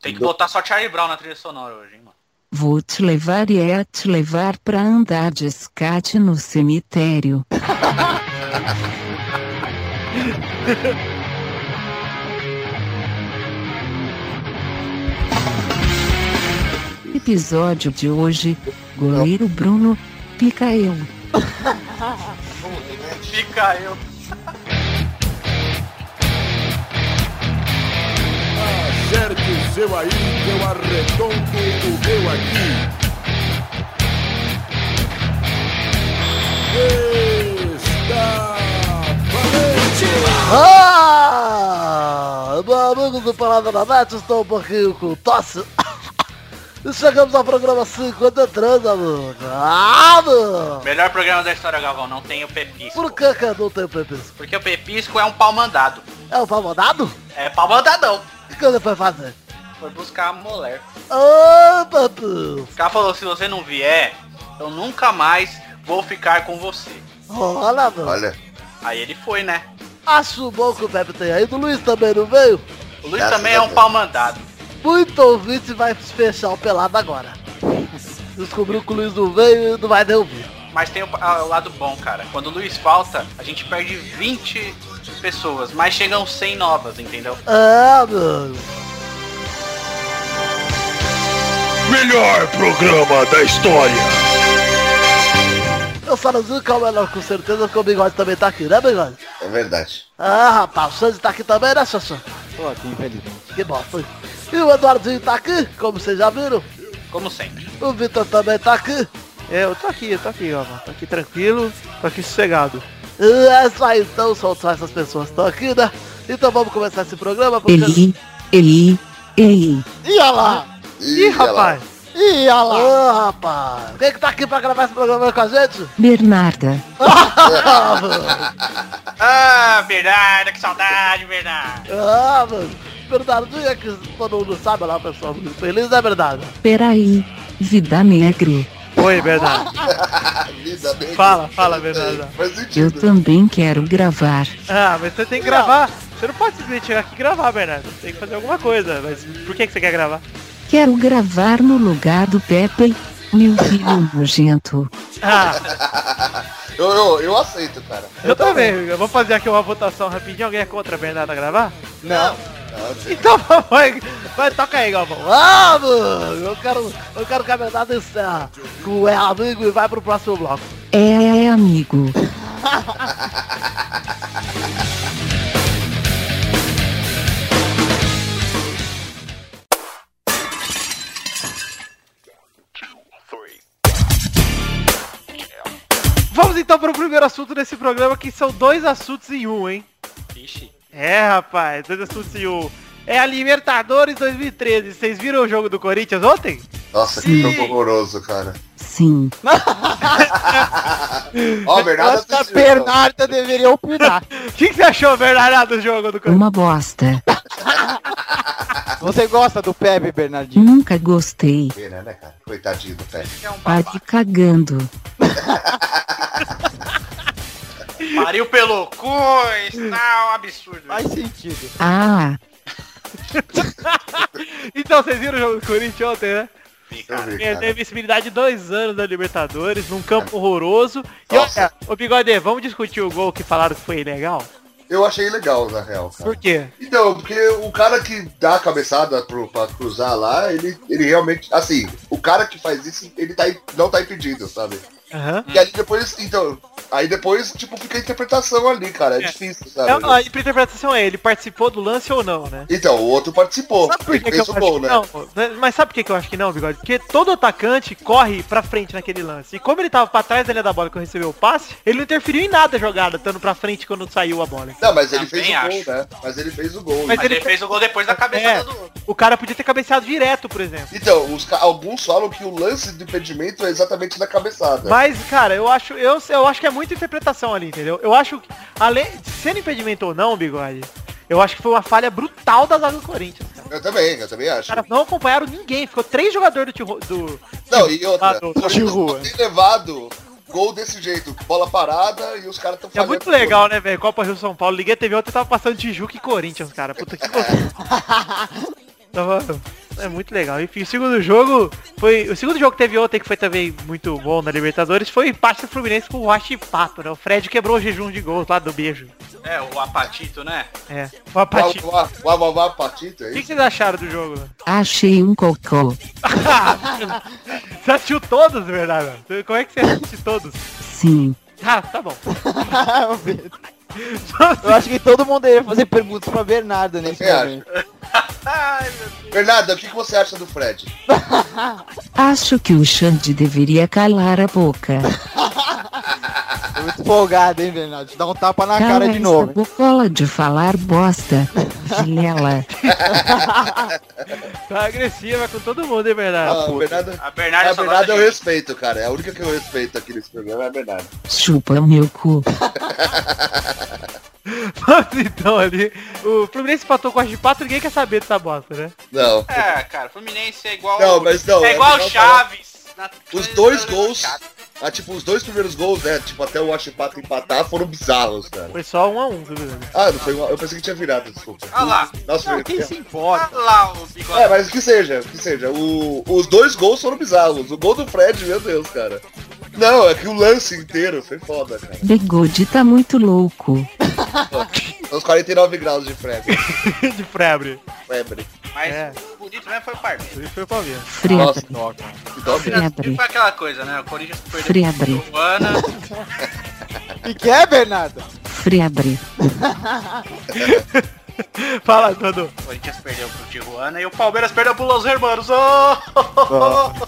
Tem que botar só Charlie Brown na trilha sonora hoje, hein, mano. Vou te levar e é te levar pra andar de escate no cemitério. Episódio de hoje, goleiro Bruno, pica eu. Fica eu. Acerte o seu aí, que eu arredonto o meu aqui. Está valente! Ah! Meu amigo do Parada na Net, estou um pouquinho com tosse. E chegamos ao programa 53, amigo. Ah, meu! Melhor programa da história, Galvão, não tem o Pepisco. Por que que não tem o pepisco? Porque o Pepisco é um pau mandado. É o palmonado? O É pau mandadão. que que ele foi fazer? Ah, Foi buscar a mulher. Ô, Pepis! O cara falou, se você não vier, eu nunca mais vou ficar com você. Olha, meu. Olha, Aí ele foi, né? Acho bom que o Pepe tem aí. Do Luiz também não veio? O Luiz Graças também é a um Deus. pau mandado. Muito ouvinte vai fechar o pelado agora. Descobriu que o Luiz não veio e não vai derrubar. Mas tem o, ah, o lado bom, cara. Quando o Luiz falta, a gente perde 20 pessoas, mas chegam 100 novas, entendeu? É, meu. Melhor programa da história! Eu só não digo que é o melhor com certeza, porque o Bigode também tá aqui, né, Bigode? é verdade. Ah, rapaz, o Sandy tá aqui também, né, Xaxã? Tô aqui, infelizmente. Que bom, foi. E o Eduardinho tá aqui, como vocês já viram. Como sempre. O Vitor também tá aqui. É, eu tô aqui, eu tô aqui, ó. mano. Tô aqui tranquilo, tô aqui sossegado. E é só então, só, só essas pessoas estão aqui, né? Então vamos começar esse programa, porque... Eli, Eli, Eli. Ih, olha lá! Ih, olha lá. rapaz! Ih, olha lá! Ô, rapaz! Quem que tá aqui pra gravar esse programa com a gente? Bernarda, Ah, mano! Ah, Bernardo, que saudade, Bernardo. Ah, mano! Bernardinho é que todo mundo sabe lá, pessoal. muito Feliz, né, Bernardo? peraí, vida negre. Oi, verdade. A vida bem Ah, Fala, fala, Bernardo. Faz Eu sentido. também quero gravar. Ah, mas você tem que gravar. Você não pode simplesmente chegar aqui e gravar, Bernardo. Tem que fazer alguma coisa. Mas por que, que você quer gravar? Quero gravar no lugar do Pepe, meu filho nojento. Ah, Eu, eu, eu aceito, cara. eu também. Então, Eu vou fazer aqui uma votação rapidinho. Alguém é contra a Bernardo a gravar? Não. Então vai, vai toca aí, Galvão. Ah, mano! Eu quero, eu quero que a Bernardo encerra com o É Amigo e vai pro próximo bloco. É, é, é, amigo. Vamos então pro primeiro assunto desse programa, que são dois assuntos em um, hein? Ixi. É, rapaz, dois assuntos em um. É a Libertadores 2013. Vocês viram o jogo do Corinthians ontem? Nossa, Sim. que jogo horroroso, cara. Sim. Ó, o Bernardo Acho que a assistiu, então. Bernarda deveria opinar. O que, que você achou, Bernardo, do jogo do Corinthians? Uma bosta. Você gosta do Pepe, Bernardinho? Nunca gostei. Pena, né, cara? Coitadinho do pé. É um babá. Pare cagando. Pariu pelo cu, está um absurdo. Faz sentido. Ah, Então, vocês viram o jogo do Corinthians ontem, né? Eu vi, Perdeu a cara. visibilidade de dois anos da Libertadores, num campo horroroso. E olha, Nossa. ô Bigode, vamos discutir o gol que falaram que foi ilegal? Eu achei legal, na real, cara. Por quê? Então, porque o cara que dá a cabeçada pro, pra cruzar lá, ele, ele realmente. Assim, o cara que faz isso, ele tá, im- não tá impedido, sabe? Aham. E aí depois, então. Aí depois, tipo, fica a interpretação ali, cara. É, É. difícil, É, sabe? a interpretação é, ele participou do lance ou não, né? Então, o outro participou. Sabe por ele que, que eu fez acho o gol, que né? não? Né? Mas sabe por que, que eu acho que não, Bigode? Porque todo atacante corre pra frente naquele lance. E como ele tava pra trás da linha da bola quando recebeu o passe, ele não interferiu em nada a jogada, estando pra frente quando saiu a bola. Não, mas ele Também fez o gol, acho. né? Mas ele fez o gol. Mas Mas ele fez o gol depois da cabeçada É. do outro. O cara podia ter cabeceado direto, por exemplo. Então, os ca- alguns falam que o lance do impedimento é exatamente da É. cabeçada. Mas, cara, eu acho, eu, eu acho que é muita interpretação ali, entendeu? Eu acho que, além, sendo impedimento ou não, Bigode, eu acho que foi uma falha brutal da zaga do Corinthians. cara. Eu também, eu também Os acho. caras não acompanharam ninguém, ficou três jogadores do, Tiro- do Não, e outra, Ah, não, o Corinthians não tem levado gol desse jeito, bola parada e os caras estão É muito legal, né, velho? Copa Rio São Paulo. Liguei a TV ontem, tava passando Tijuca e Corinthians, cara. Puta que pariu. tava... É muito legal. Enfim, o segundo jogo foi. O segundo jogo que teve ontem, que foi também muito bom na Libertadores, foi o empate do Fluminense com o Pato, né? O Fred quebrou o jejum de gols lá do beijo. É, o apatito, né? É. O Apati. O Vavavá Patito, é que que isso? vocês acharam do jogo? Achei um cocô. Você assistiu todos, na verdade? mano? Como é que você assiste todos? Sim. Ah, tá bom. Eu acho que todo mundo deveria fazer perguntas pra Bernardo nesse Eu momento. Ai, meu Deus. Bernardo, o que, que você acha do Fred? Acho que o Xande deveria calar a boca. Tô muito folgado, hein, Bernardo? Te dá um tapa na Cala cara de essa novo. hein? bocola de falar bosta. Vilela. Tá agressiva com todo mundo, é hein, Bernardo? Ah, o Puta. Bernardo, A a Bernarda só É, Bernardo gosta eu de- respeito, cara. É a única que eu respeito aqui nesse programa é a Bernardo. Chupa meu cu. Mas então ali, o Fluminense empatou com o Pato, ninguém quer saber dessa bosta, né? Não. É, cara, Fluminense é igual. Não, mas não, É é igual legal Chaves. na- Os dois na- gols. Chaves. Ah, tipo, os dois primeiros gols, né? Tipo, até o Washington empatar foram bizarros, cara. Foi só um a um, viu? Bernardo? Ah, não foi uma... Eu pensei que tinha virado, desculpa. Olha lá. Nossa, Não, eu- quem se Olha importa? lá o bigode. É, mas que seja, que seja. O- os dois gols foram bizarros. O gol do Fred, meu Deus, cara. Não, é que o lance inteiro foi foda, cara. Bigode tá muito louco. Os 49 graus de Fred. de febre. Febre. Mas É. o bonito mesmo foi o Parmeiro. Ele foi o Palmeiras. Freda. Nossa, nossa. Que dó mesmo. Febre. Foi aquela coisa, né? O Corinthians perdeu Febre. pro Luana. E que é, Bernardo? Febre. Fala, Dudu. O Corinthians perdeu pro Tijuana e o Palmeiras perdeu pro Los Hermanos. Oh!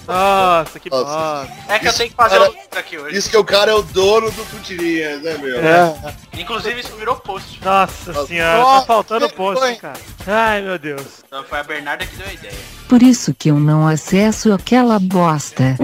Nossa, que Nossa. bosta. É que eu tenho que fazer o luta aqui hoje. Isso que o cara é o dono do Futirinhas, né, meu? É. Inclusive isso virou post. Nossa Nossa. senhora, tá Nossa, faltando que posto, hein, cara. Ai, meu Deus. Então foi a Bernarda que deu a ideia. Por isso que eu não acesso aquela bosta.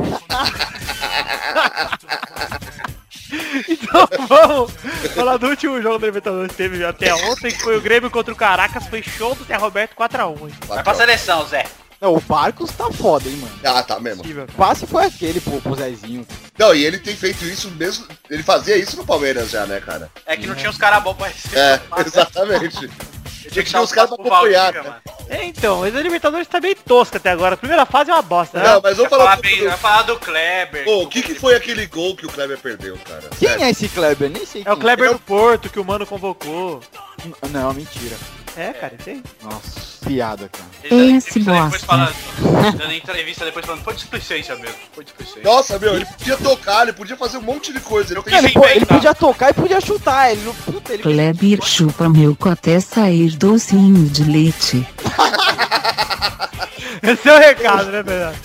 Então vamos falar do último jogo da Libertadores que teve até ontem, que foi o Grêmio contra o Caracas, foi show do Zé Roberto 4x1, hein? Vai pra seleção, Zé. Não, o Barcos tá foda, hein, mano. tá. Ah, tá mesmo. Possível. O passe foi aquele pro, pro Zezinho. Não, e ele tem feito isso mesmo. Ele fazia isso no Palmeiras já, né, cara? É que não tinha os caras bons pra receber. É, Mas, exatamente. eu tinha que dar ter os caras passo pra pro acompanhar, Valdívia, né? mano. É, então, mas a Libertadores tá meio tosca até agora. A primeira fase é uma bosta, né? Não, mas Vai vamos falar falar, um bem, pouco do... vai falar do Kleber. Pô, o que que foi aquele gol que o Kleber perdeu, cara? Quem Sério. é esse Kleber? Nem sei É o quem Kleber do Porto que o Mano convocou. N- Não, mentira. É, cara, isso aí. Nossa, piada, cara. Ele dando Esse entrevista depois bosta. falando- Dando entrevista depois falando, foi displicência mesmo. Foi displicência. Nossa, meu, ele podia tocar, ele podia fazer um monte de coisa. Ele tem Ele Ele, Sim, po- bem, ele tá. podia tocar e podia chutar. Ele não. Puta, ele. Kleber chupa meu cu até sair docinho de leite. Esse é o recado, né, Bernardo?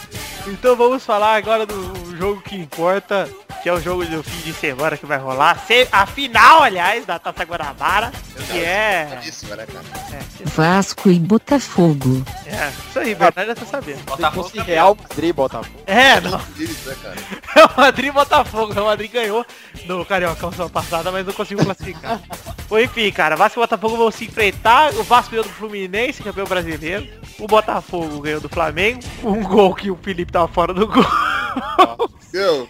Então vamos falar agora do jogo que importa, que é o jogo do fim de semana que vai rolar. Se- A final, aliás, da Taça Guanabara, que é... isso, né, cara? Vasco e Botafogo. É, isso aí, Bernardo, já tá sabendo. Se Botafogo fosse campeão. Real Madrid, Botafogo. É, não. Isso, né, cara? É o Madrid e Botafogo. O Real Madrid ganhou no Cariocão semana passada, mas não conseguiu classificar. Bom, enfim, cara, Vasco e Botafogo vão se enfrentar. O Vasco ganhou do Fluminense, campeão brasileiro. O Botafogo ganhou do Flamengo. Um gol que o Felipe tava fora do gol. Meu,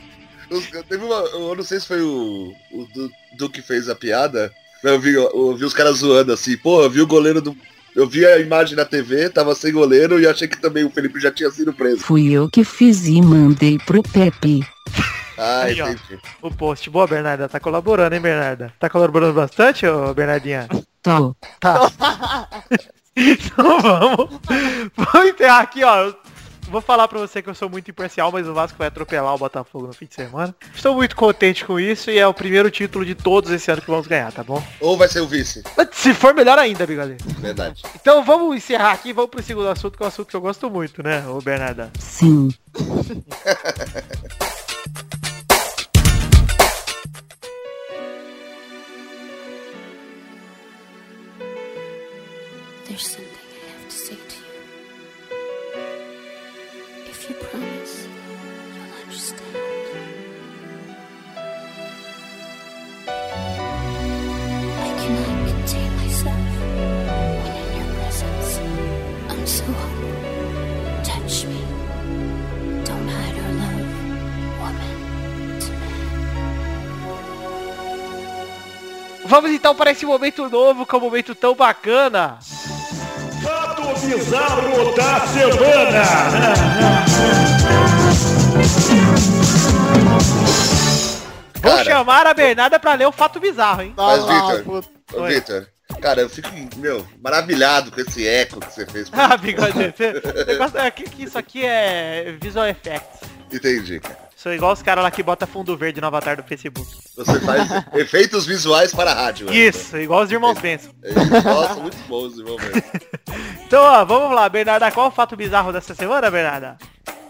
os- eu, teve uma, eu não sei se foi o, o Du, Du que fez a piada, mas eu vi, eu vi os caras zoando assim, pô, eu vi o goleiro do... Eu vi a imagem na TV, tava sem goleiro e achei que também o Felipe já tinha sido preso. Fui eu que fiz e mandei pro Pepe. Ah, Aí, ó. entendi. O post. Boa, Bernarda. Tá colaborando, hein, Bernarda? Tá colaborando bastante, ô Bernardinha? Tô. Então vamos. Vamos enterrar aqui, ó. Eu Vou falar pra você que eu sou muito imparcial, mas o Vasco vai atropelar o Botafogo no fim de semana. Estou muito contente com isso e é o primeiro título de todos esse ano que vamos ganhar, tá bom? Ou vai ser o vice, Mas Se for melhor ainda, Bigadeiro. verdade. Então vamos encerrar aqui e vamos pro segundo assunto, que é um assunto que eu gosto muito, né, ô Bernarda? Sim. There's something I have to say to you. If you promise, you'll understand. I cannot contain myself when in your presence. I'm so hot. Touch me. Don't hide our love, woman to man. Vamos então para esse momento novo, que é um momento tão bacana. Fatos bizarro da semana. Vou Cara. chamar a Bernarda pra ler o fato bizarro, hein? Mas, lá, Victor, puta. ô, Oi. Victor, cara, eu fico, meu, maravilhado com esse eco que você fez. Ah, bigode, você, você gosta, é, que, que isso aqui é visual effects. Entendi, cara. Sou igual os caras lá que bota fundo verde no avatar do Facebook. Você faz efeitos visuais para a rádio. né? Isso, igual os irmãos Benson. É isso. Nossa, muito bom esse momento. Então, ó, vamos lá, Bernarda, qual o fato bizarro dessa semana, Bernarda?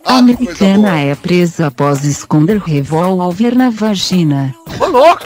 Ah, que coisa boa. Americana é presa após esconder revólver na vagina. Ô, louco!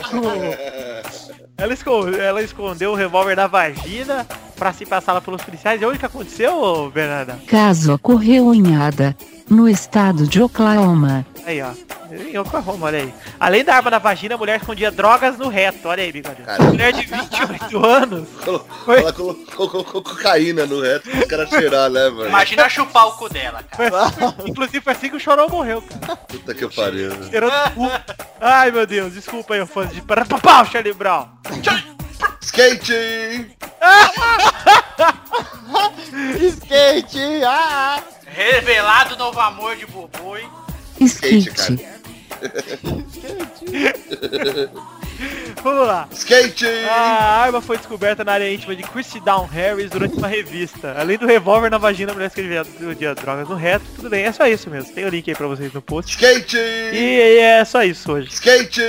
Ela, esco- ela escondeu o revólver na vagina pra se passar lá pelos policiais. E é onde que aconteceu, ô, Bernarda? Caso ocorreu em Ada, no estado de Oklahoma. Aí, ó. Em Oklahoma, olha aí. Além da arma na vagina, a mulher escondia drogas no reto. Olha aí, bigode. Caramba. Mulher de 28 anos. Colo- Ela colocou colocou cocaína no reto os caras cheirar, né, mano? Imagina chupar o cu dela, cara. Foi- Inclusive foi assim que o Chorão morreu, cara. Puta que pariu. né? Cheirou no cu. Ai, meu Deus. Desculpa aí, eu fã de... Pau, Charlie Brown. Skate! Skate! Ah! Revelado novo amor de Bubu, hein? Skate, Skit. cara. Vamos lá. Skate! A arma foi descoberta na área íntima de Christy Down Harris durante uma revista. Além do revólver na vagina, a mulher escrevia drogas no reto. Tudo bem, é só isso mesmo. Tem o link aí pra vocês no post. Skate! E, e é só isso hoje. Skate!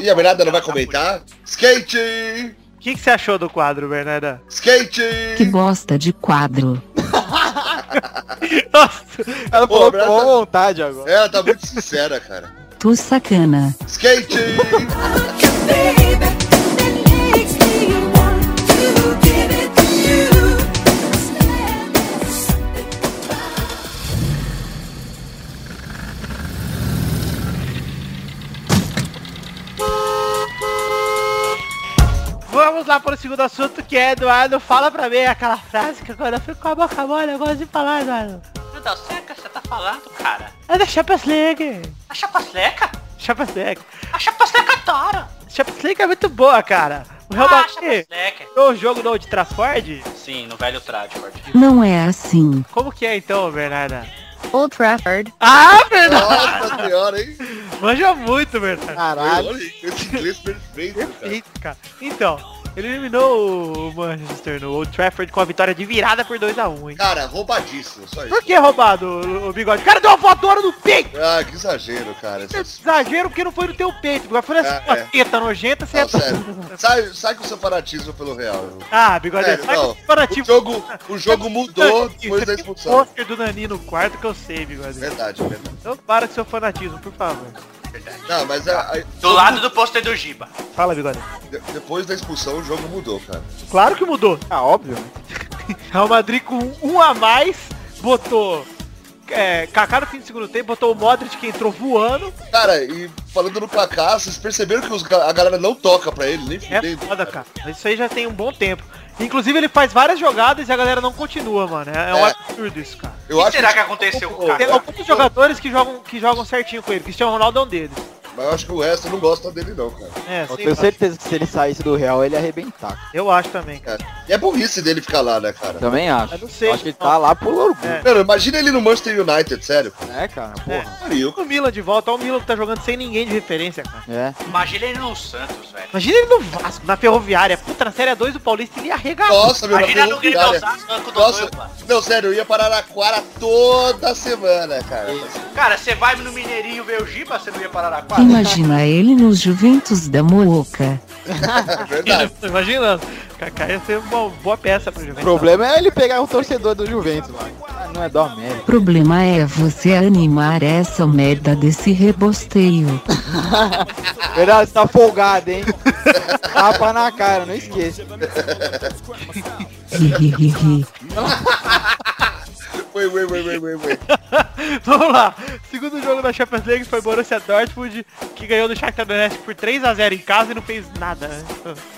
E a Bernarda não vai comentar? Skate! O que, que você achou do quadro, Bernarda? Skate! Que gosta de quadro. Nossa, Ela Pô, falou abraça- com vontade agora. Ela tá muito sincera, cara. Tu sacana. Skate! vamos lá para o segundo assunto que é Eduardo. Fala pra mim aquela frase que agora eu fico com a boca mole. Eu gosto de falar, Eduardo. Meu Deus, seca, você tá falando, cara? É da Champions League. A chapa seca? Champions League. A chapa seca adora. Champions League é muito boa, cara. O Real Ah, a chapa Madrid seca. ganhou o jogo no Old Trafford. Sim, no velho Tradford. Não é assim. Como que é então, Bernarda? Old Trafford. Ah, Bernardo! Nossa senhora, hein? Manja muito, Bernardo. Caralho. Olha esse inglês perfeito, cara. Eita, cara. Então, ele eliminou o Manchester no Old Trafford com a vitória de virada por 2x1, hein? Cara, roubadíssimo, só isso. Por que roubado o- o bigode? O cara deu uma voadora no peito! Ah, que exagero, cara. Essas- Exagero porque não foi no teu peito, bigode. Foi nessa Ah, sua é. teta nojenta, você Não, é... sério. Sai, sai com o seu fanatismo pelo Real. Ah, bigode, Sério, sai com não. esse comparativo. O jogo, o jogo mudou Você depois da tem um expulsão. pôster do Nani no quarto que eu sei, bigode. Verdade, verdade. Então para com seu fanatismo, por favor. Não, mas a- a- Do lado do pôster do Giba. Fala, bigode. de- depois da expulsão o jogo mudou, cara. Claro que mudou. Ah, óbvio. Real Madrid com um a mais, botou é, Kaká no fim do segundo tempo, botou o Modric que entrou voando. Cara, e falando no Kaká, vocês perceberam que os ga- a galera não toca pra ele, nem É fudendo. foda, cara. Mas Isso aí já tem um bom tempo. Inclusive ele faz várias jogadas e a galera não continua, mano. É, é um É. absurdo isso, cara. Eu O que acho É, será que aconteceu com o Tem Kaká? alguns jogadores que jogam, que jogam certinho com ele. Cristiano Ronaldo é um deles. Mas eu acho que o resto não gosta dele não, cara. É, Eu sei tenho lá. certeza que se ele saísse do Real, ele ia arrebentar. Eu acho também, cara. É. E é burrice dele ficar lá, né, cara? Também acho. Eu não sei, Acho que ele não. tá lá por orgulho, É. Mano, imagina ele no Manchester United, sério. né, cara? Porra. Pariu. O Milan de volta, olha o Milan que tá jogando sem ninguém de referência, cara. É. Imagina ele no Santos, velho. Imagina ele no Vasco, na Ferroviária. Puta, na Série 2 do Paulista ele ia arregalar. Nossa, meu, na Imagina no Grêmio ferroviária. Osasco, banco do Nossa, Doiva. não, sério, eu ia para Araraquara toda semana, cara. Cara, você vai no Mineirinho ver o Giba, você não ia parar na quadra? Imagina ele nos Juventus da Mooca. É verdade. Tô imaginando. Kaká ia ser uma boa peça pra jogar. O problema é ele pegar o torcedor do Juventus, mano. Ah, Não é dó merda. Problema é você animar essa merda desse rebosteio. Verdade, você tá folgado, hein? Tapa na cara, não esqueça. Hihihihi. Foi, foi, foi, foi, foi, foi. Vamos lá. Segundo jogo da Champions League foi Borussia Dortmund, que ganhou do Shakhtar Donetsk por 3x0 em casa e não fez nada, né?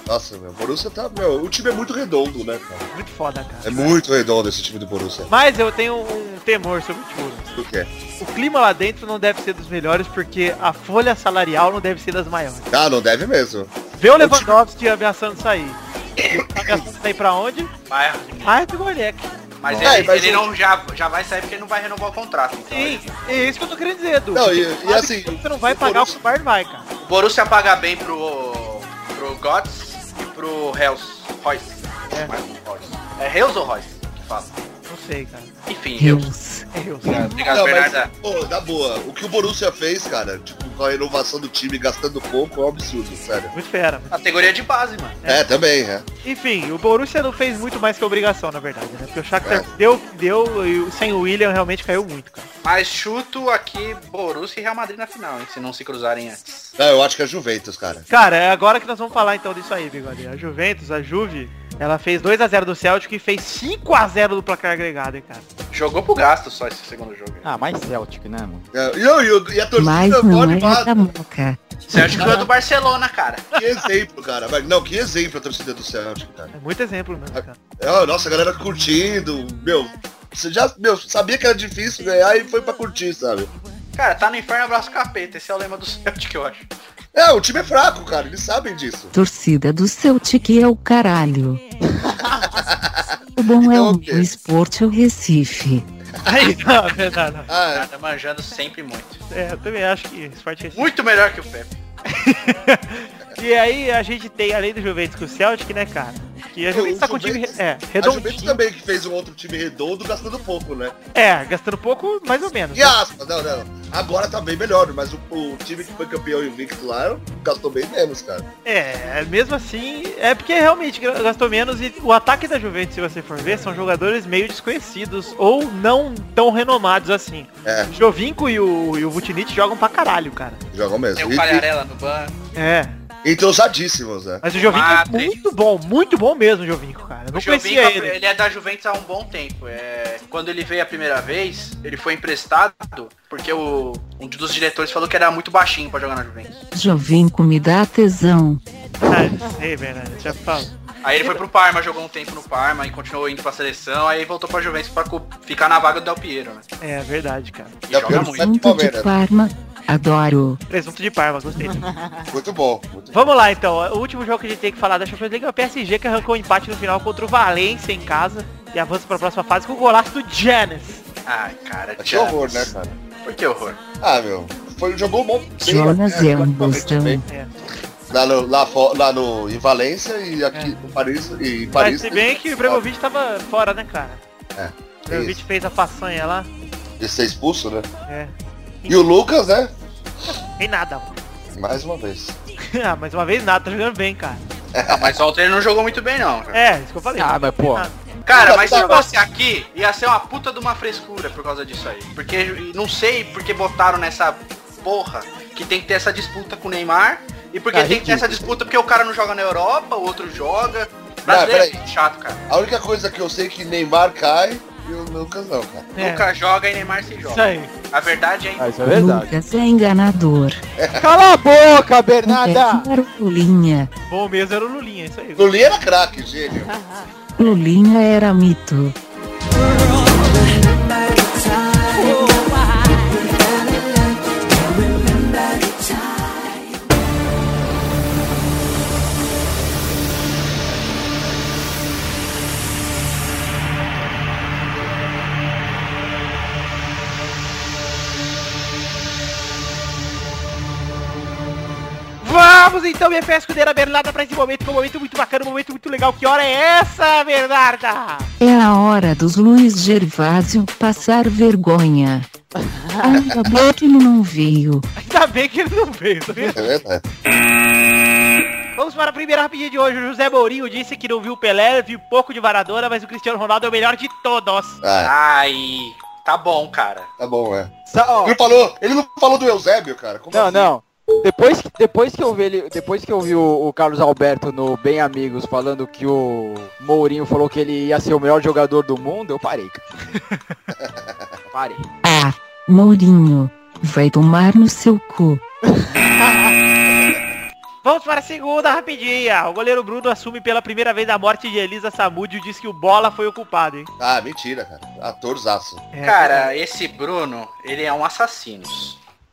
Nossa, meu, o Borussia tá. Meu, o time é muito redondo, né, cara? Muito foda, cara. É muito redondo esse time do Borussia. Mas eu tenho um temor sobre o time. O que é? O clima lá dentro não deve ser dos melhores, porque a folha salarial não deve ser das maiores. Ah, não deve mesmo. Vê o Lewandowski ameaçando sair. Tá ameaçando sair pra onde? Mas Ai, do moleque. Mas É, ele, mas ele o- não já, já vai sair porque ele não vai renovar o contrato. Então, Sim, é isso que eu tô querendo dizer, Edu. Não, e- Você e sabe assim, que Você não vai o pagar o que Borussia- o Bayern vai, cara. O Borussia paga bem pro, pro Götz e pro Hells. Royce. É. É. é Hells ou Royce que fala? Não sei, cara. Enfim, Hells. Deus. É eu. Obrigado, Não, mas, Bernarda. pô, na boa, o que o Borussia fez, cara, tipo, com a renovação do time gastando pouco é um absurdo, sério. Muito fera. Categoria de base, mano. É, também, é. Enfim, o Borussia não fez muito mais que obrigação, na verdade, né? Porque o Shakhtar deu o que deu e o- sem o William realmente caiu muito, cara. Mas chuto aqui Borussia e Real Madrid na final, hein? Se não se cruzarem antes. Não, eu acho que é Juventus, cara. Cara, é agora que nós vamos falar então disso aí, Bigode. A Juventus, a Juve, ela fez 2x0 do Celtic e fez 5x0 do placar agregado, hein, cara. Jogou pro gasto só esse segundo jogo. Ah, mais Celtic, né, mano? É, e, eu- e eu- e a Mas torcida mó não é animada. da moca. Celtic ganhou do Barcelona, cara. Que exemplo, cara. Mas, não, que exemplo a torcida do Celtic, cara. É muito exemplo mesmo, cara. É, ó, nossa, a galera curtindo, meu. Você já, meu, sabia que era difícil ganhar e foi pra curtir, sabe? Cara, tá no inferno, abraço capeta. Esse é o lema do Celtic, eu acho. É, o time é fraco, cara, eles sabem disso. Torcida do Celtic é o caralho. O bom é Então, o ok. meu esporte, o Recife. Aí, não, verdade. não. Ah, Nada manjando sempre muito. É, eu também acho que esporte é Muito melhor que o Pepe. E aí a gente tem, além do Juventus com o Celtic, né, cara? Que a Juventus O tá com o time Juventus- re- é, a Juventus redondinho. também que fez um outro time redondo gastando pouco, né? É, gastando pouco, mais ou menos. E aspas, não, não. Agora tá bem melhor, mas o, o time que foi campeão invicto lá gastou bem menos, cara. É, mesmo assim, é porque realmente gra- gastou menos e o ataque da Juventus, se você for ver, são jogadores meio desconhecidos ou não tão renomados assim. É. O Jovinko e o, e o Vucinic jogam pra caralho, cara. Jogam Tem mesmo. É o E, e, Palharela no banco. É, entrosadíssimos, né? mas o Jovinko Mate. é muito bom, muito bom mesmo o Jovinko, cara. Eu não O Jovem, conhecia ele. ele é da Juventus há um bom tempo. É, quando ele veio a primeira vez, ele foi emprestado porque o, um dos diretores falou que era muito baixinho pra jogar na Juventus. Jovinco me dá tesão. Ah, não sei, Bernardo, já falo. Aí ele foi pro Parma, jogou um tempo no Parma e continuou indo pra seleção. Aí voltou pra Juventus pra cu- ficar na vaga do Del Piero, né? É, verdade, cara. E Del joga Piero muito. Sabe Santo É de Palmeiras. Parma. Adoro. Presunto de Parma, gostei. Muito bom. Muito Vamos lá, então. O último jogo que a gente tem que falar da Champions League é o PSG, que arrancou um empate no final contra o Valencia em casa e avança pra próxima fase com o golaço do Janis. Ai, cara. bom. Que Thiago, horror, né, cara? Por que horror? Ah, meu. Foi, jogou um bom. bem, Jonas né, é um relativamente bostão. bem. É. Lá, no, lá, fo- lá no, em Valência e aqui em Paris. E em É. Mas Paris se bem que o Ibrahimovic tava fora, né, cara? O tem Ibrahimovic isso, fez a façanha lá. De ser expulso, né? É. E o Lucas, né? Tem nada. mano. Mais uma vez. ah, mais uma vez nada, tá jogando bem, cara. Ah, mas o Walter não jogou muito bem, não. cara. É, isso que eu falei. Ah, mas pô, Cara, mas se fosse aqui, ia ser uma puta de uma frescura por causa disso aí. Porque e não sei porque botaram nessa porra que tem que ter essa disputa com o Neymar. E porque Ah, tem que ter ridículo. essa disputa porque o cara não joga na Europa, o outro joga. Ah, peraí. Brasileiro é chato, cara. A única coisa que eu sei é que Neymar cai e o Lucas não, cara. É, Nunca joga e Neymar se Isso joga. aí. A verdade é ah, isso é verdade. Lucas é enganador. Cala a boca, Nada. Bernarda! Lulinha. Bom mesmo era o Lulinha, isso aí. Lulinha era craque, gênio. Lulinha era mito. Vamos então, minha fé escudeira Bernarda, pra esse momento, que é um momento muito bacana, um momento muito legal. Que hora é essa, Bernarda? É a hora dos Luiz Gervásio passar vergonha. Ainda bem que ele não veio. Ainda bem que ele não veio, tá vendo? É verdade. Vamos para a primeira rapidinha de hoje. O José Mourinho disse que não viu o Pelé, viu pouco de Varadona, mas o Cristiano Ronaldo é o melhor de todos. Ah, Ai, tá bom, cara. tá bom, é. Sa- ó, Ele falou, ele não falou do Eusébio, cara. Como não, assim? não. Depois, que- depois que eu vi ele, depois que eu vi o, o Carlos Alberto no Bem Amigos falando que o Mourinho falou que ele ia ser o melhor jogador do mundo, eu parei. cara. parei. Ah, Mourinho. Vai tomar no seu cu. Vamos para a segunda rapidinha. O goleiro Bruno assume pela primeira vez a morte de Elisa Samudio e diz que o Bola foi o culpado, hein? Ah, mentira, cara. Atorzaço. É, Cara, esse Bruno, ele é um assassino.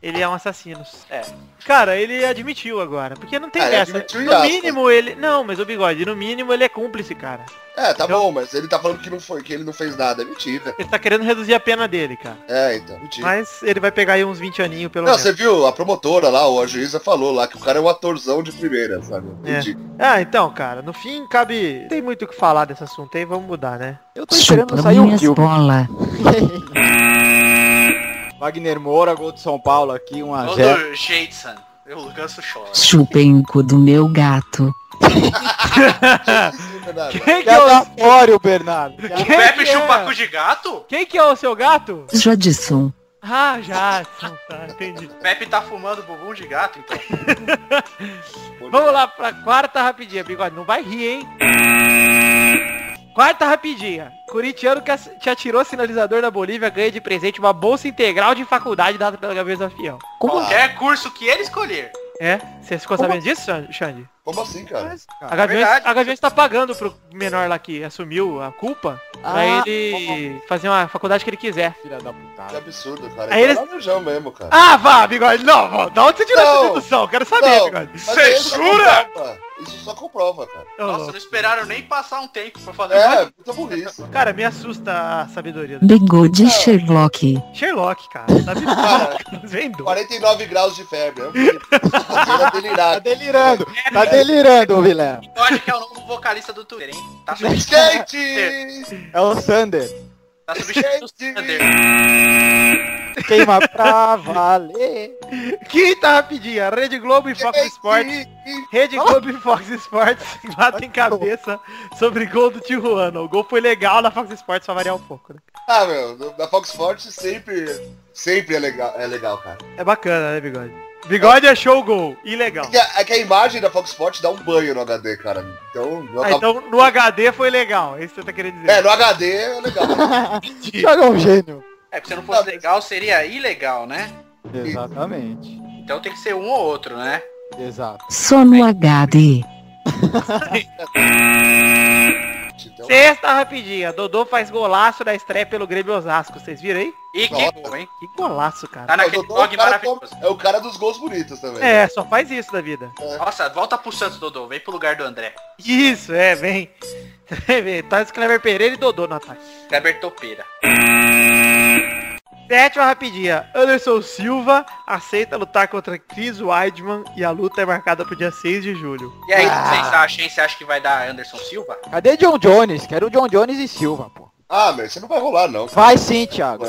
Ele é um assassino. É. Cara, ele admitiu agora. Porque não tem Ah, ele dessa. admitiu em No aspas. mínimo ele. Não, mas o bigode, no mínimo ele é cúmplice, cara. É, tá Então- bom, mas ele tá falando que não foi, que ele não fez nada. É mentira. Ele tá querendo reduzir a pena dele, cara. É, então, mentira. Mas ele vai pegar aí uns 20 aninhos pelo Não, menos. você viu, a promotora lá, ou a juíza falou lá que o cara é um atorzão de primeira, sabe? É. Ridículo. Ah, então, cara, no fim cabe. Não tem muito o que falar desse assunto aí, vamos mudar, né? Eu tô esperando Chupa sair o minhas Kill. bolas. Wagner Moura, gol de São Paulo aqui, 1 a 0 Todo Jason. O ganso chora. Chupem o cu do meu gato. Isso, Bernardo. Quem Que que é o, aleatório, tá Bernardo. Que O Pepe que é? chupa cu de gato? Quem que é o seu gato? Jadson. Ah, já. Tá, entendi. Pepe tá fumando bumbum de gato, Ah. então. Vamos lá pra quarta rapidinha, bigode. Não vai rir, hein? Quarta rapidinha. Curitiano que ass- te atirou sinalizador na Bolívia ganha de presente uma bolsa integral de faculdade dada pela Gabriela Fiel. Qualquer curso que ele escolher. É? Você ficou sabendo disso, Xan- Xande? Como assim, cara? A Gaviões, verdade. a Gaviões tá pagando pro menor lá que assumiu a culpa pra Ah, ele fazer uma faculdade que ele quiser. Filha da Que putada. absurdo, cara. Aí Aí eles- é laranjão mesmo, cara. Ah, tá vá, bigode. Não, vó, da onde você tirou essa Não. dedução? Quero saber, Não, bigode. mas aí isso só Censura! comprova. Isso só comprova, cara. Ô, Nossa, não esperaram nem passar um tempo pra fazer É, puta burrice. Cara, me assusta a sabedoria. do Bigode Sherlock. Sherlock, cara. Sabe? Vendo. 49 graus de febre. É um perigo. Tá Tá delirado. delirando, tá delirando, Vilé. Pode que é o novo vocalista do Turen. Tá substituindo Gente! É o Sander. tá substituindo o Gente. Sander. Queima pra valer. Quinta rapidinha. Rede Globo e Fox Sports. Rede Globo e Fox Sports batem cabeça sobre gol do Tijuana. O gol foi legal na Fox Sports, pra variar um pouco, né? Ah, meu, no- na Fox Sports sempre, sempre é legal, é legal, cara. É bacana, né, Bigode? Bigode achou o gol. Ilegal. É que, a, é que a imagem da Fox Sports dá um banho no HD, cara. Então, não Ah, acaba- então no HD foi legal. É isso que você tá querendo dizer. É, no HD é legal. Joga um gênio. É, porque se não fosse legal, seria ilegal, né? Exatamente. Então tem que ser um ou outro, né? Exato. Só no HD. Então, Sexta rapidinha. Dodô faz golaço na estreia pelo Grêmio Osasco. Vocês viram aí? E que Nossa. gol, hein? Que golaço, cara. Tá naquele Dodô é o dog cara com- maravilhoso. é o cara dos gols bonitos Tá. também. né? É, só faz isso da vida. Nossa, volta pro Santos, Dodô. Vem pro lugar do André. Isso, é, vem. Vem, Thales Clever Pereira e Dodô no ataque. Kleber Topeira. Sétima rapidinha. Anderson Silva aceita lutar contra Chris Weidman e a luta é marcada pro dia 6 de julho. E aí, o que vocês acham, hein? Você acha que vai dar Anderson Silva? Cadê John Jones? Quero o John Jones e Silva, pô. Ah, meu, isso não vai rolar, não. Vai sim, Thiago.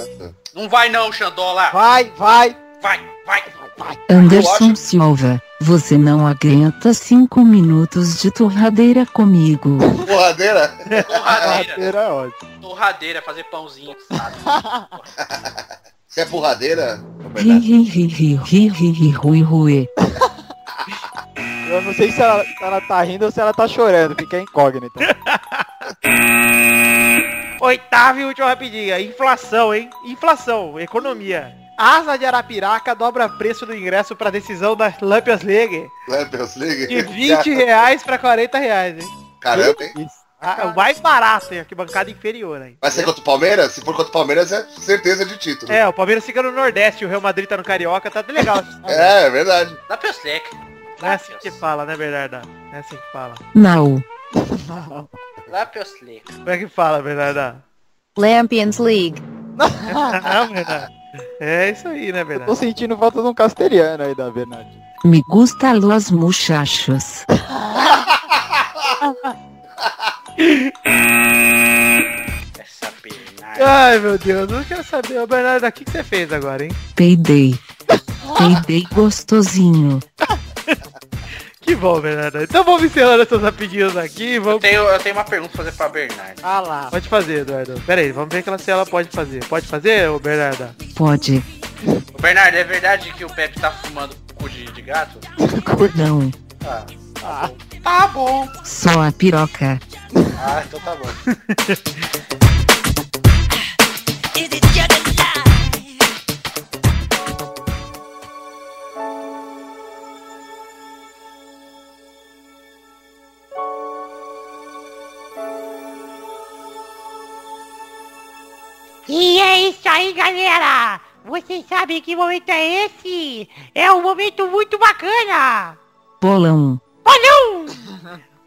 Não vai não, Xandola. Vai, vai. Vai, vai. Anderson Eu acho- Silva. Você não aguenta cinco minutos de torradeira comigo. Porradeira? Torradeira. Carteira é ótimo. Torradeira, fazer pãozinho. Sabe? Você é porradeira? ô, Ri, Bernardo? ri, ri, ri, ri, ri, ri, rui, rui. Eu não sei se ela, se ela tá rindo ou se ela tá chorando. Fica incógnita. Oitava e última rapidinha. Inflação, hein? Inflação, economia. Asa de Arapiraca dobra preço do ingresso pra decisão da Champions League Champions League? de 20 reais pra 40 reais, hein? Caramba, hein? Ah, é o mais barato, hein? Arquibancada inferior aí. Vai ser contra o Palmeiras? Se for contra o Palmeiras, é certeza de título. É, o Palmeiras fica no Nordeste, o Real Madrid tá no Carioca, tá legal. É, é verdade. Dá Pioseca. Não é assim que fala, né, Bernarda? Não é assim que fala. Não. Lá Pioseca. Como é que fala, Bernarda? Lampions League. Ah, Bernarda. É isso aí, né, Bernarda? Tô sentindo falta de um castelhano aí da Bernardinho. Me gusta los muchachos. Essa pena. Ai, meu Deus, não quero saber. Ô, Bernarda, o que que você fez agora, hein? Peidei. Peidei gostosinho. Que bom, Bernardo. Então vamos encerrando essas rapidinhas aqui. Eu Vamos... tenho, eu tenho uma pergunta pra fazer pra Bernardo. Ah lá. Pode fazer, Eduardo. Pera aí, vamos ver que ela, se ela pode fazer. Pode fazer, ô Bernarda? Pode. Ô, Bernardo, é verdade que o Pepe tá fumando cu de, de gato? Não. Tá bom. Só a piroca. Ah, então tá bom. Is it just a lie? E é isso aí, galera! Vocês sabem que momento é esse? É um momento muito bacana! Bolão. Bolão!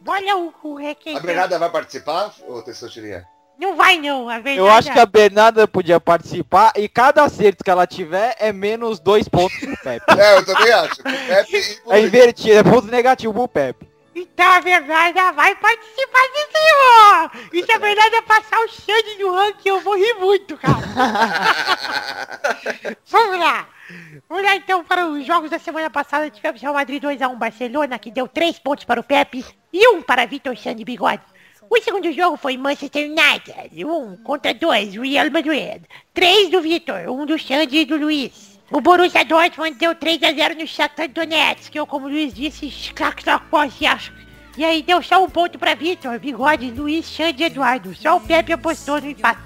Bolão com requeijão. A Bernarda vai participar, ô Testosterinha? Não vai não, a verdade. Eu acho que a Bernarda podia participar e cada acerto que ela tiver é menos dois pontos pro Pepe. É, eu também acho. Pepe É invertido, é ponto negativo pro Pepe. Então a Bernarda vai participar de cima! E se a Bernarda é passar o Xande no ranking, eu vou rir muito, cara! Vamos lá! Vamos lá então para os jogos da semana passada. Tivemos Real Madrid 2x1 Barcelona, que deu 3 pontos para o Pepe e 1 para Vitor Xande Bigode. O segundo jogo foi Manchester United, 1 contra 2, Real Madrid. 3 do Vitor, 1 do Xande e do Luiz. O Borussia Dortmund deu 3x0 no Shakhtar Donetsk, ou como o Luiz disse, Shakhtar Donetsk. E aí deu só um ponto para Vitor, Bigode, Luiz, Xande e Eduardo. Só o Pepe apostou no empate.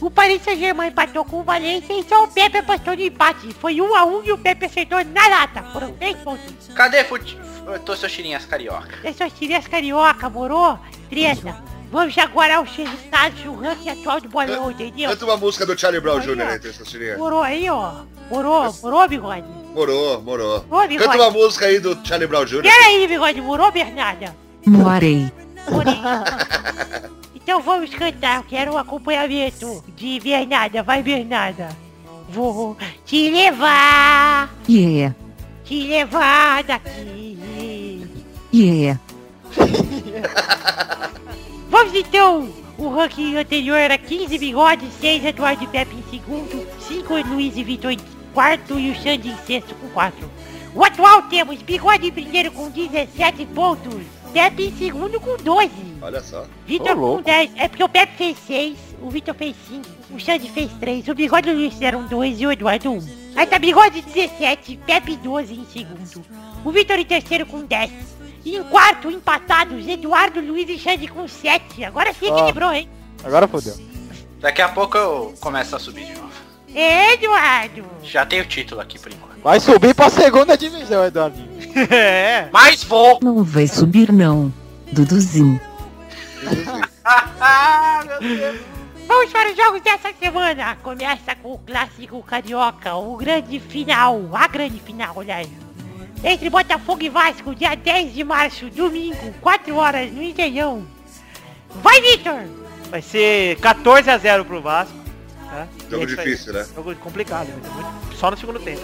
O Paris Saint-Germain empatou com o Valencia e só o Pepe apostou no empate. Foi 1x1 e o Pepe acertou na lata. Foram 3 pontos. Cadê fute... Tostosterinhas carioca? Eu sou Sirias Carioca, moro? Treta. Vamos agora aos resultados do ranking atual do bolão, entendeu? Canta uma música do Charlie Brown Jr. aí, Testosterinha. Morou aí, ó. Morou, morou, bigode. Morou, morou. Ô, bigode. Canta uma música aí do Charlie Brown Jr. Pera aí, bigode, morou, Bernarda? Moarei. Morei. então vamos cantar, eu quero um acompanhamento de Bernarda, vai Bernarda. Vou te levar, Yeah. te levar daqui. Yeah. Vamos então! O ranking anterior era 15 bigodes, 6 Eduardo e Pepe em segundo, 5 Luiz e Vitor em quarto e o Xande em sexto com 4. O atual temos bigode em primeiro com 17 pontos, Pepe em segundo com 12, Olha só. Vitor Ô, louco. com 10. É porque o Pepe fez 6, o Vitor fez 5, o Xande fez 3, o bigode e o Luiz fizeram 2 e o Eduardo 1. Aí tá bigode 17, Pepe 12 em segundo, o Vitor em terceiro com 10. E em quarto, empatados, Eduardo, Luiz e Xande com 7. Agora se equilibrou, hein? Agora fodeu. Daqui a pouco eu começo a subir de novo. É, Eduardo! Já tem o título aqui por enquanto. Vai subir pra segunda divisão, Eduardinho. é. Mas vou! Não vai subir não. Duduzinho. Ah, meu Deus. Vamos para os jogos dessa semana! Começa com o clássico carioca, o grande final, a grande final, olha aí. Entre Botafogo e Vasco, dia 10 de março, domingo, 4 horas, no Engenhão. Vai, Vitor! Vai ser 14 a 0 pro Vasco. Né? E Jogo é isso aí. difícil, né? Jogo complicado, vai ser muito- só no segundo tempo.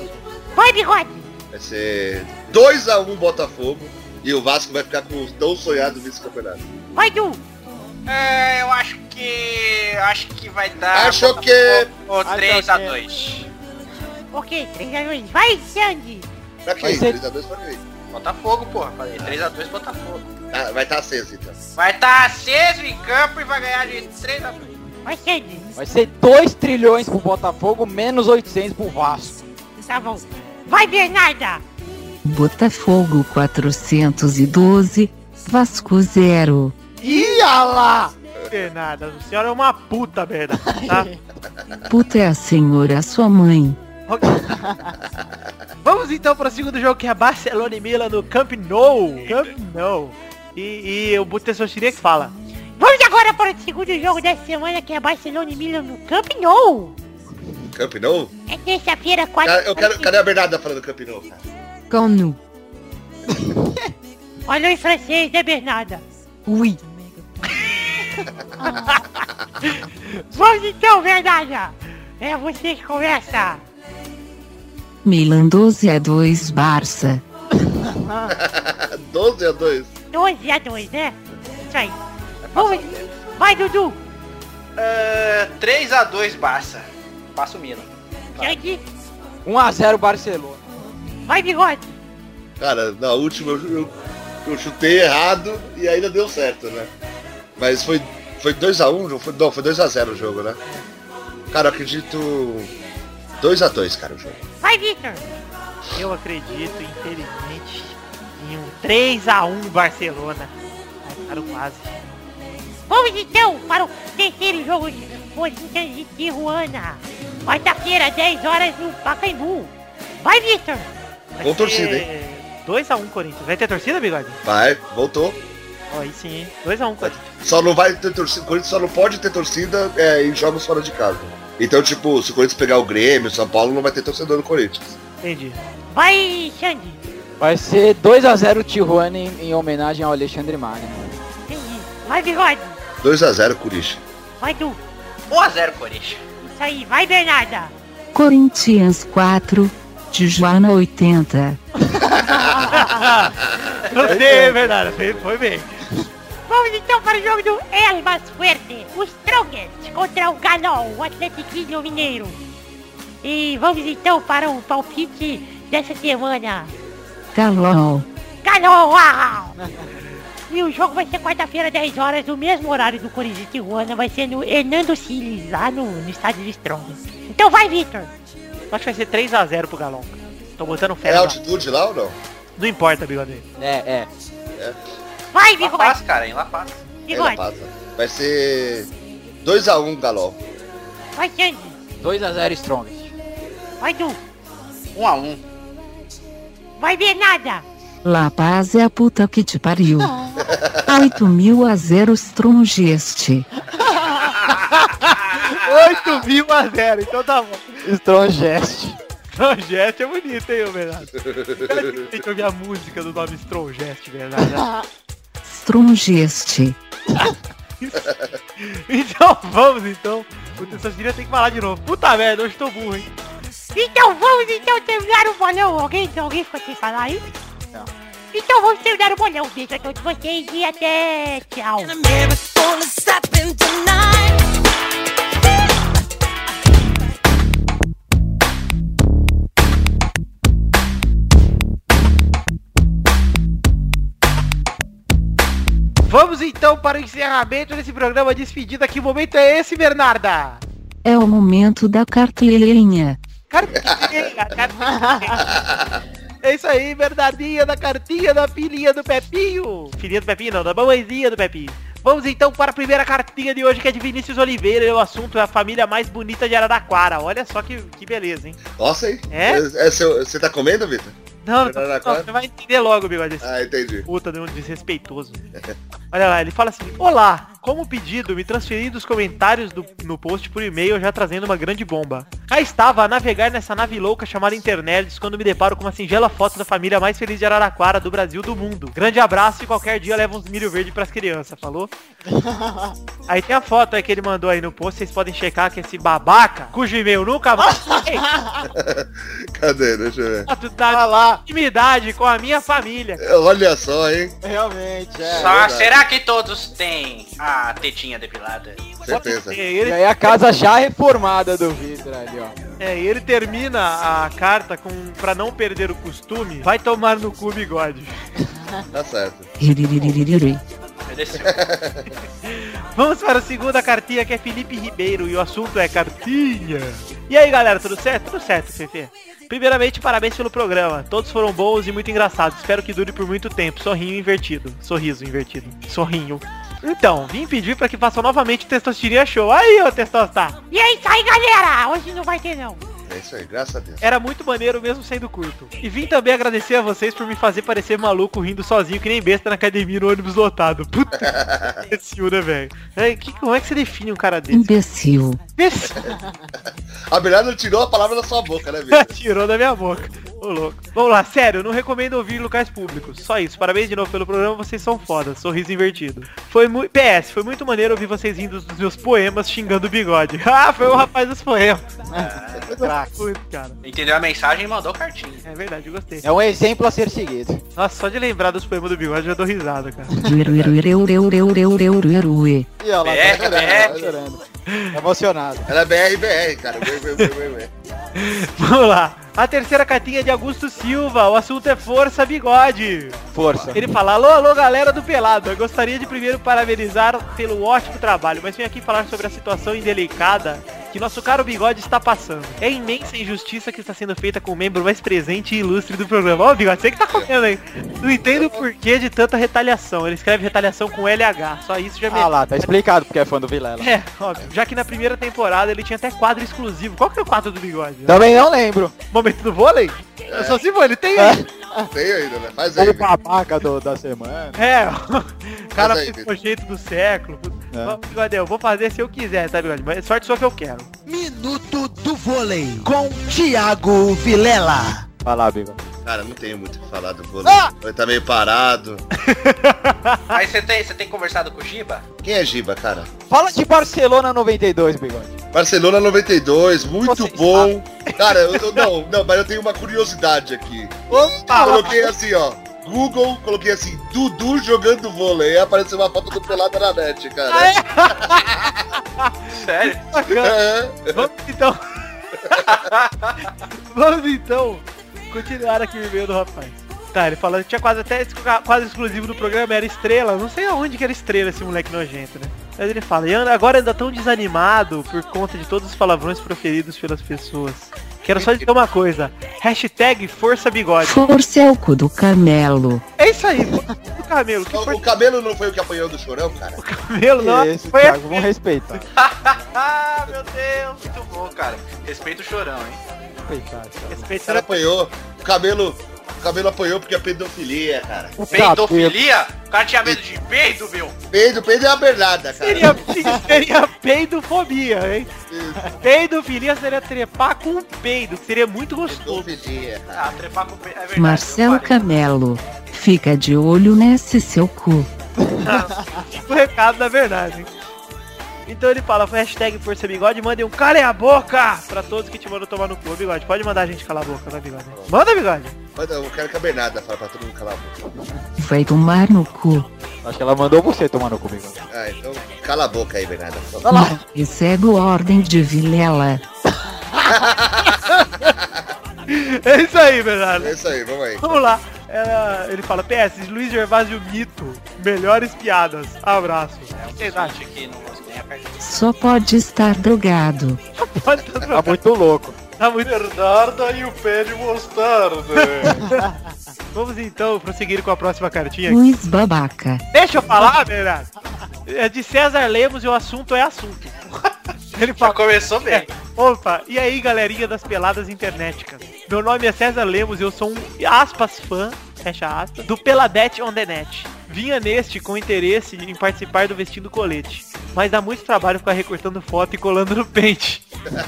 Vai, Bigode! Vai ser 2x1 Botafogo e o Vasco vai ficar com o tão sonhado vice-campeonato. Vai, Du! É, eu acho que. Acho que vai dar. Acho que- é? Ou Acho é? 3x2. Ok, 3 a 2. Vai, Xande! Pra quem? Vai ser- 3x2 pra quem? Botafogo, porra. Falei 3x2 Botafogo. Ah, vai estar aceso então. Vai estar aceso em campo e vai ganhar de 3x2. Vai, Xande! Vai ser 2 trilhões pro Botafogo, menos 800 pro Vasco. Tá bom. Vai, Bernarda! Botafogo 412. Vasco 0. Ia ah lá! Bernarda, a senhora é uma puta, Bernarda. Tá? Puta é a senhora sua mãe. Ok. Vamos então para o segundo jogo que é Barcelona e Milan no Camp Nou. Camp Nou. E, e o Butessochiria que fala. Vamos agora para o segundo jogo dessa semana, que é Barcelona e Milan no Camp Nou! Camp Nou? É terça-feira, Cara, 4 Eu assim. quero, cadê a Bernarda falando Camp Nou? Canu. Olha em francês, né, Bernarda? Ui. Vamos então, Bernarda! É você que começa! Milan 12 a 2 Barça. 12x2. 12 a 2, né? Isso aí. Vamos... Vai, Dudu! É, 3x2 Barça. Passa o Milan. Xande! 1x0 Barcelona. Vai, Bigode! Cara, na última eu, eu- eu chutei errado e ainda deu certo, né? Mas foi, foi 2x1, não foi, não, foi 2x0 o jogo, né? Cara, eu acredito 2x2, cara, o jogo. Vai, Vitor! Eu acredito, infelizmente, em um 3x1 Barcelona. Ai, ficaram quase. Vamos então para o terceiro jogo de Corinthians e Tijuana! Quarta-feira, 10 horas no Pacaembu! Vai, Vitor! Vai Com ser torcida, 2x1 Corinthians. Vai ter torcida, Bigode? Vai, voltou. Ó, Aí sim, hein? 2x1 Corinthians. Só não vai ter torcida, o Corinthians só não pode ter torcida é, em jogos fora de casa. Então, tipo, se o Corinthians pegar o Grêmio, o São Paulo não vai ter torcedor no Corinthians. Entendi. Vai, Xande. Vai ser 2x0 Tijuana em, em homenagem ao Alexandre Magno. Entendi. Vai, Bigode. 2x0 Corinthians. Vai, Du. 1x0 Corinthians. Isso aí. Vai, Bernarda. Corinthians 4, Tijuana 80. É, Gostei, é verdade. Foi, foi bem. Vamos então para o jogo do El Mas Fuerte, o Strongest contra o Galol, o Atlético Mineiro. E vamos então para o palpite dessa semana. Calol. Galol! uau! E o jogo vai ser quarta-feira, 10 horas, no mesmo horário do Corinthians e Tijuana, vai ser no Hernando Siles, lá no, no estádio de Strongest. Então vai, Victor! Eu Acho que vai ser 3x0 pro Galão. Tô botando fé. É no- altitude lá ou não? Não importa, bigode. É, é. Vai, Lá Bigode! Paz, cara, em La Paz. É La Bigode! Paz, né? Vai ser 2x1 Galol. Vai, Xande! 2x0 Strongest. Vai, Du! 1x1. Vai, Bernarda! La Paz é a puta que te pariu. 8 mil a 0 Strongest. 8 mil a 0, então tá bom. Strongest. Strongest é bonito, hein, ô Bernardo? Tem que ouvir a música do nome Strongest, Bernardo. Strongest. então vamos, então. O Tessas diria tem que falar de novo. Puta merda, hoje tô burro, hein? Então vamos então terminar o bolão. Alguém, alguém ficou sem falar aí? Não. Então vamos terminar o bolão. Beijo a todos vocês e até tchau. Vamos então para o encerramento desse programa despedida. Que momento é esse, Bernarda? É o momento da carteirinha. Cartinha, cartinha. É isso aí, Bernardinha da cartinha da filhinha do Pepinho. Filhinha do Pepinho não, da mamãezinha do Pepinho. Vamos então para a primeira cartinha de hoje, que é de Vinícius Oliveira. E o assunto é a família mais bonita de Araraquara. Olha só que, que beleza, hein? Nossa, hein? É? É, é seu- você tá comendo, Vitor? Não, não, não, Araraquara? você vai entender logo, bigode. Ah, entendi. Puta, de um desrespeitoso. Olha lá, ele fala assim, Olá, como pedido, me transferi dos comentários do, no post por e-mail já trazendo uma grande bomba. Cá estava a navegar nessa nave louca chamada internet quando me deparo com uma singela foto da família mais feliz de Araraquara, do Brasil, do mundo. Grande abraço e qualquer dia leva uns milho verde pras crianças, falou? Aí tem a foto aí que ele mandou aí no post, vocês podem checar que esse babaca, cujo e-mail nunca mais... Ei, Cadê? Deixa eu ver. foto da intimidade com a minha família. Olha só, hein? Realmente, é. Só- verdade. será que todos têm a tetinha depilada? Certeza. Tem É, ele E aí a casa já reformada do Vitor ali, ó. É, e ele termina a carta com pra não perder o costume, vai tomar no cu bigode. Tá certo. Riririririri. Mereceu. Vamos para a segunda cartinha que é Felipe Ribeiro e o assunto é cartinha. E aí galera, tudo certo? Tudo certo, Fefe. Primeiramente, parabéns pelo programa. Todos foram bons e muito engraçados. Espero que dure por muito tempo. Sorrinho invertido. Sorriso invertido. Sorrinho. Então, vim pedir pra que façam novamente o Testosterinha Show. Aí, ô Testostar. E é isso aí, galera. Hoje não vai ter não. É isso aí, graças a Deus. Era muito maneiro mesmo sendo curto. E vim também agradecer a vocês por me fazer parecer maluco rindo sozinho que nem besta na academia no ônibus lotado. Puta que imbecil, né, velho? É, que- Como é que você define um cara desse? Imbecil. Imbecil. A Bernardo tirou a palavra da sua boca, né, Vitor? Tirou da minha boca. Ô louco. Vamos lá, sério, eu não recomendo ouvir em locais públicos. Só isso. Parabéns de novo pelo programa, vocês são foda. Sorriso invertido. Foi muito. PS, foi muito maneiro ouvir vocês rindo dos meus poemas xingando o bigode. Ah, foi o rapaz dos poemas. Muito, cara. Entendeu a mensagem e mandou cartinha. É verdade, eu gostei. É um exemplo a ser seguido. Nossa, só de lembrar dos poemas do bigode eu já dou risada, cara. Iruiruiruiruiruiruiruiruiruiruirui. E ó, lá É, tá chorando, é. tá chorando. Emocionado. Era BRBR, cara. Bem, bem, bem, bem, bem. Vamos lá. A terceira cartinha é de Augusto Silva. O assunto é força bigode. Força. Ele fala, alô, alô, galera do Pelado. Eu gostaria de primeiro parabenizar pelo ótimo trabalho, mas vim aqui falar sobre a situação indelicada que nosso caro bigode está passando. É imensa injustiça que está sendo feita com o membro mais presente e ilustre do programa. Ó, bigode, você que tá comendo aí. Não entendo o porquê de tanta retaliação. Ele escreve retaliação com LH. Só isso já me... Ah lá, tá explicado porque é fã do Vilela. É, óbvio. Já que na primeira temporada ele tinha até quadro exclusivo. Qual que era o quadro do bigode? Também não lembro. Momento do vôlei? Eu só se vôlei, tem aí. Tem ainda, né? Faz aí. O Vitor. babaca é do- da semana. É, o cara Mas aí, fez o jeito do século. Mas, Bigode, eu vou fazer se eu quiser, tá, Bigode? Mas sorte só que eu quero. Minuto do Vôlei com Thiago Vilela. Vai lá, Biba. Cara, não tenho muito o que falar do vôlei. Ah! Ele tá meio parado. Mas você tem, você tem conversado com o Giba? Quem é Giba, cara? Fala de Barcelona 92, Bigode. Barcelona 92, muito bom. Cara, eu, eu- não, não, mas eu tenho uma curiosidade aqui. Opa! coloquei assim, ó. Google, coloquei assim, Dudu jogando vôlei. Aí apareceu uma foto do Pelada na net, Ah, cara. Sério? Bacana. É. Vamos então. Vamos então continuar aqui o e-mail do rapaz. Tá, ele falou que tinha quase até exclu- quase exclusivo do programa, era estrela. Não sei aonde que era estrela esse moleque nojento, né? Mas ele fala, e anda- agora ainda tão desanimado por conta de todos os palavrões proferidos pelas pessoas. Quero só dizer uma coisa. Hashtag Força Bigode. Força é o cu do camelo. É isso aí, o Camelo. O, o Camelo não foi o que apanhou do Chorão, cara? O Camelo assim, não. Esse, foi Thiago, vamos respeitar. Ah, meu Deus, muito bom, cara. Respeita o chorão, hein? Respeitar, O cara apanhou. O Camelo, o Camelo apanhou porque é pedofilia, cara. Peidofilia? O cara tinha medo de peido, meu? Peido, peido é uma bernada, cara. Seria, seria peidofobia, hein? Peidofilia seria trepar com um peido, que seria muito gostoso. Ah, trepar com peido. É verdade. Marcelo Camelo. Fica de olho nesse seu cu. o recado da verdade. hein? Então ele fala, hashtag Força Bigode, mandem um cala a boca pra todos que te mandam tomar no cu. Ô, Bigode, pode mandar a gente calar a boca, vai, Bigode. Manda, Bigode. Mas eu quero que a Bernarda fale pra todo mundo calar a boca. Vai tomar no cu. Acho que ela mandou você tomar no cu, Bigode. Ah, então cala a boca aí, Bernarda. E segue ordem de Vilela. É isso aí, Bernardo. É isso aí, vamos aí. Vamos lá. Ela- ele fala, PS, Luiz Gervásio Mito, melhores piadas. Abraço. É, vocês acham que não gostei, Só pode estar drogado. Tá muito louco. Tá muito... Bernarda e o pé de mostarda. Vamos então prosseguir com a próxima cartinha. Luiz Babaca. Deixa eu falar, Bernardo. É de César Lemos e o assunto é assunto. Ele fala, começou bem. Opa, e aí galerinha das peladas internéticas? Meu nome é César Lemos e eu sou um aspas fã, fecha aspas, do Peladete on the Net. Vinha neste com interesse em participar do vestindo colete, mas dá muito trabalho ficar recortando foto e colando no pente.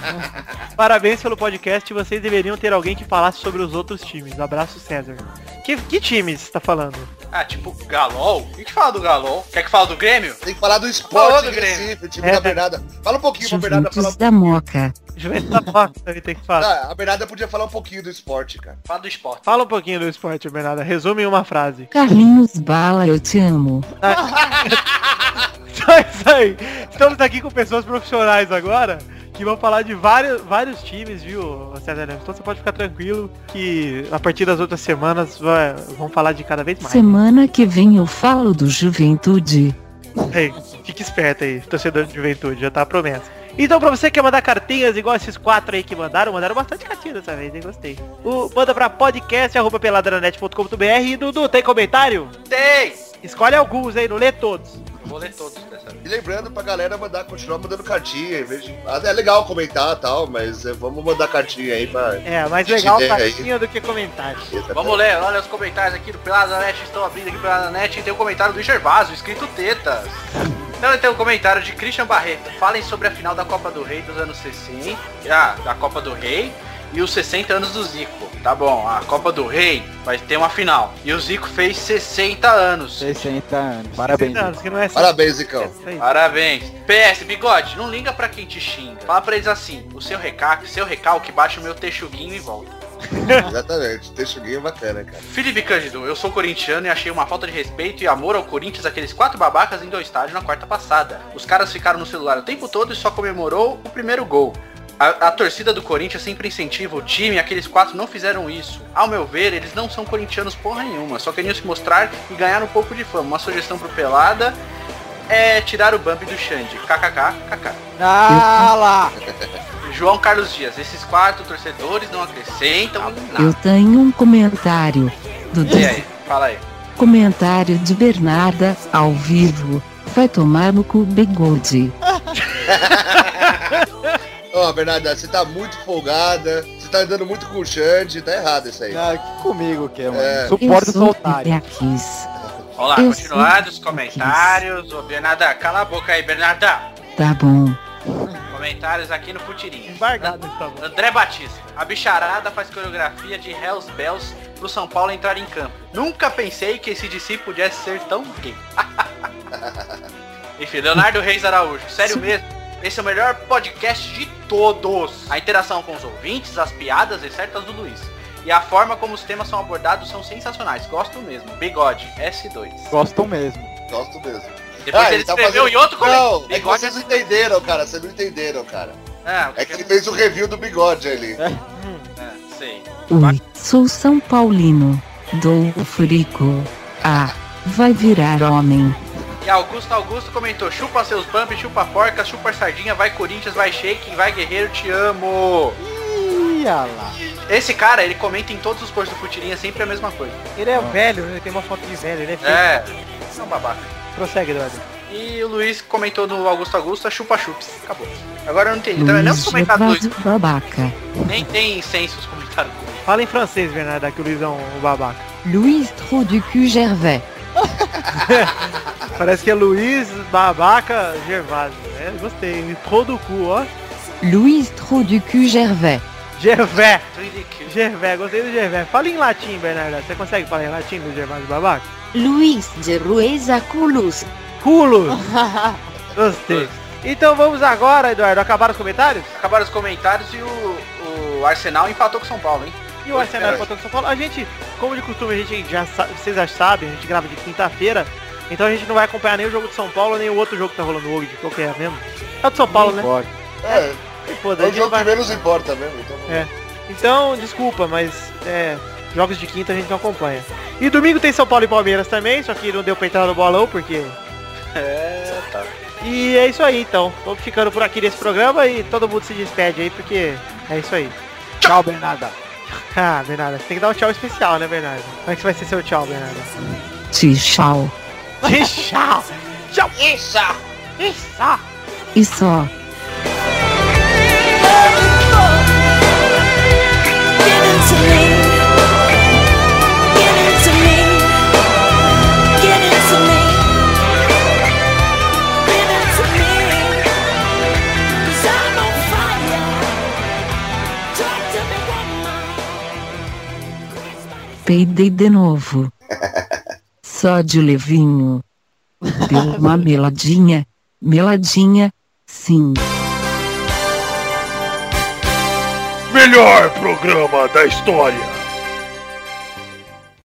Parabéns pelo podcast, vocês deveriam ter alguém que falasse sobre os outros times. Abraço, César. Que, que times você tá falando? Ah, tipo, Galol? O que que fala do Galol? Quer que fale do Grêmio? Tem que falar do esporte de Recife, o time É, da Bernarda. Fala um pouquinho pra Bernarda falar. Juventus da Moca. Juventus da Moca também tem que falar. Ah, a Bernarda podia falar um pouquinho do esporte, cara. Fala do esporte. Fala um pouquinho do esporte, Bernardo. Resume em uma frase. Carlinhos Bala, eu te amo. Então é isso aí. Estamos aqui com pessoas profissionais agora que vão falar de vários, vários times, viu, César Neves? Então você pode ficar tranquilo que a partir das outras semanas vai, vão falar de cada vez mais. Semana que vem eu falo do Juventude. Ei, fique esperto aí, torcedor de juventude, já tá a promessa. Então pra você que quer mandar cartinhas igual esses quatro aí que mandaram, mandaram bastante cartinha dessa vez, hein? Gostei. O, manda pra podcast.peladranet.com.br e Dudu, tem comentário? Tem! Escolhe alguns aí, não lê todos. Vou ler todos tá dessa vez. E lembrando pra galera mandar, continuar mandando cartinha. Em vez de... Ah, é legal comentar e tal, mas eh, vamos mandar cartinha aí pra. É, mais gente legal ideia aí. cartinha do que comentário. Vamos ler, olha os comentários aqui do Pelada Net, estão abrindo aqui Pelada Net e tem um comentário do Gervásio, escrito tetas. Então tem um comentário de Christian Barreto. Falem sobre a final da Copa do Rei dos anos 60. Ah, da Copa do Rei e os 60 anos do Zico. Tá bom, a Copa do Rei vai ter uma final. E o Zico fez 60 anos. 60 anos. Parabéns. é assim. Parabéns, Zicão. Parabéns. PS, bigode, não liga pra quem te xinga. Fala pra eles assim, o seu recalque, seu recalque baixa o meu texuguinho e volta. Exatamente, texuguinho é bacana, cara. Felipe Cândido, eu sou corintiano e achei uma falta de respeito e amor ao Corinthians aqueles quatro babacas em dois estádios na quarta passada. Os caras ficaram no celular o tempo todo e só comemorou o primeiro gol. A, a torcida do Corinthians sempre incentiva o time e aqueles quatro não fizeram isso. Ao meu ver, eles não são corintianos porra nenhuma, só queriam se mostrar e ganhar um pouco de fama. Uma sugestão pro Pelada é tirar o bump do Xande. KKK, KK. Ah lá! João Carlos Dias, esses quatro torcedores não acrescentam em nada. Eu tenho um comentário. Do tá. E aí, fala aí. Comentário de Bernarda, ao vivo. Vai tomar no cu bigode. Ó, Bernarda, você tá muito folgada, você tá andando muito com o Xande, tá errado isso aí. Ah, comigo que é, mano. É. Suporte eu o sou otário. Kiss. Vamos lá, Eu continuar sou os comentários. Ô, Bernarda, cala a boca aí, Bernarda. Tá bom. comentários aqui no Futirinha. Embargado, por favor. André Batista. A bicharada faz coreografia de Hells Bells pro São Paulo entrar em campo. Nunca pensei que esse DC pudesse ser tão gay. Enfim, Leonardo Reis Araújo. Sério mesmo? Esse é o melhor podcast de todos. A interação com os ouvintes, as piadas e certas do Luiz. E a forma como os temas são abordados são sensacionais. Gosto mesmo. Bigode, S2. Gostam mesmo. Gosto mesmo. Depois Ah, ele escreveu em outro comentário. tá então Não, é que Bigode- assim. vocês não entenderam, cara. Vocês não entenderam, cara. Ah, É que ele fez o review do bigode ali. é, sei. Ui, sou São Paulino. Dou o furico. Ah, vai virar Tá. homem. E Augusto Augusto comentou, chupa seus bumps, chupa porca, chupa sardinha, vai Corinthians, vai Shaking, vai Guerreiro, te amo. Ih, olha lá. Esse cara, ele comenta em todos os posts do Futirinha sempre a mesma coisa. Ele é velho, ele tem uma foto de velho, ele é feio. É, é um babaca. Prossegue, Eduardo. E o Luiz comentou no Augusto Augusto, chupa chups, acabou. Agora eu não entendi, também Então é não Luiz os é comentários do Luiz, Gervásio babaca. nem tem senso os comentários do Luiz. Fala em francês, Bernardo, aqui o Luizão, o babaca. Luiz Trou du Cul Gervais. Parece que é Luiz Babaca Gervásio, né? Gostei, me trou do cu, ó. Luiz Trou du Cul Gervais. Gervé, Ridículo. Gervé, gostei do Gervé. Fala em latim, Bernardo. Você consegue falar em latim do Gervásio Babaca? Luis de Rueza Culus. Culo! Gostei. Então vamos agora, Eduardo. Acabaram os comentários? Acabaram os comentários e o, o Arsenal empatou com o São Paulo, hein? E o Arsenal contra o São Paulo. A gente, como de costume, a gente já sa- vocês já sabem, a gente grava de quinta-feira. Então a gente não vai acompanhar nem o jogo do São Paulo, nem o outro jogo que tá rolando hoje, qual que é mesmo? É o do São Paulo, né? Bora. É, Foda, é a o gente não jogo que vai... menos importa mesmo. Então, É. Então, desculpa, mas é, jogos de quinta a gente não acompanha. E domingo tem São Paulo e Palmeiras também, só que não deu pra entrar no bolão porque... É, tá. E é isso aí, então. Vamos ficando por aqui nesse programa e todo mundo se despede aí, porque é isso aí. Tchau, Bernarda. Ah, Bernardo, você tem que dar um tchau especial, né, Bernardo? Como é que vai ser seu tchau, Bernardo? Tchau. Tchau! Tchau! Isso! Isso! E só. Give it to me. Give it to me. Give it to me. Give it to me. 'Cause I'm on fire. Talk to me one Peidei de novo. Só de levinho. Deu uma meladinha. Meladinha. Sim. Melhor programa da história.